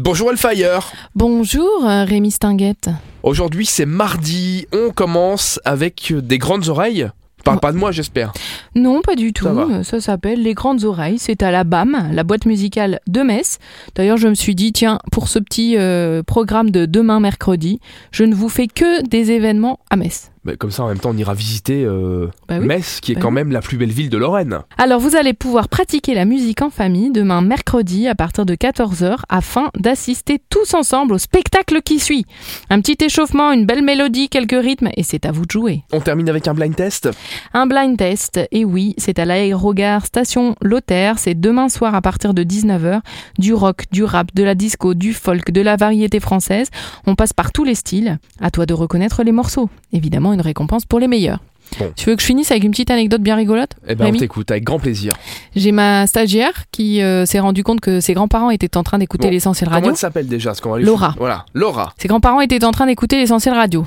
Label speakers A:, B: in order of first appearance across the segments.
A: Bonjour Elfire
B: Bonjour euh, Rémi Stinguette.
A: Aujourd'hui c'est mardi, on commence avec des grandes oreilles. Parle
B: Oh.
A: pas de moi j'espère.
B: Non, pas du tout.
A: va.
B: Euh, Ça, s'appelle Les Grandes Oreilles. C'est à la BAM, la boîte musicale de Metz. D'ailleurs, je me suis dit, tiens, pour ce petit euh, programme de demain mercredi, je ne vous fais que des événements à Metz.
A: Mais comme ça en même temps on ira visiter euh,
B: Bah oui.
A: Metz qui est
B: Bah
A: quand
B: oui.
A: même la plus belle ville de Lorraine.
B: Alors, vous allez pouvoir pratiquer la musique en famille demain mercredi à partir de 14h afin d'assister tous ensemble au spectacle qui suit. Un petit échauffement, une belle mélodie, quelques rythmes et c'est à vous de jouer.
A: On termine avec un blind test.
B: Un blind test, et oui, c'est à l'aérogare Station Lothaire, c'est demain soir à partir de 19h. Du rock, du rap, de la disco, du folk, de la variété française. On passe par tous les styles. À toi de reconnaître les morceaux. Évidemment, une récompense pour les meilleurs.
A: Bon.
B: Tu veux que je finisse avec une petite anecdote bien rigolote
A: Eh ben
B: Rémi
A: on t'écoute avec grand plaisir.
B: J'ai ma stagiaire qui euh, s'est rendu compte que ses grands-parents étaient en train d'écouter
A: Bon.
B: l'essentiel
A: Comment
B: radio.
A: elle s'appelle déjà ce qu'on va aller
B: Laura.
A: foutre Voilà, Laura.
B: Ses grands-parents étaient en train d'écouter l'essentiel radio.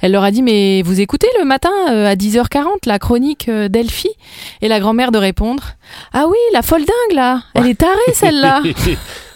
B: Elle leur a dit Mais vous écoutez le matin euh, à 10h40 la chronique euh, d'Elfie Et la grand-mère de répondre Ah oui, la folle dingue là Elle est tarée celle-là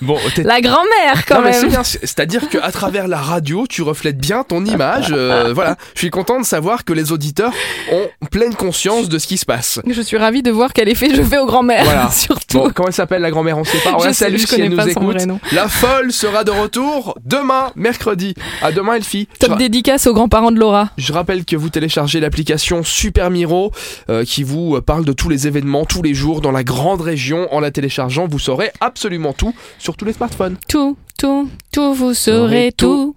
A: bon, t'es-
B: La grand-mère quand
A: Non, mais c'est
B: même
A: bien, c'est- c'est-à-dire qu'à travers la radio, tu reflètes bien ton image. euh, voilà, je suis content de savoir que les auditeurs ont pleine conscience de ce qui se passe.
B: Je suis ravie de voir quel effet je fais aux grand-mères,
A: Voilà.
B: surtout.
A: Bon, comment elle s'appelle la grand-mère On sait pas. On
B: je,
A: la
B: sais,
A: salue
B: je
A: si
B: connais
A: elle nous
B: pas son
A: écoute.
B: vrai nom.
A: La folle sera de retour demain, mercredi. À demain, Elfie. Je,
B: Top dédicace aux grands-parents de Laura.
A: je rappelle que vous téléchargez l'application Super Miro euh, qui vous euh, parle de tous les événements tous les jours dans la grande région. En la téléchargeant, vous saurez absolument tout sur tous les smartphones.
B: Tout, tout, tout, vous saurez
A: tout.
B: tout.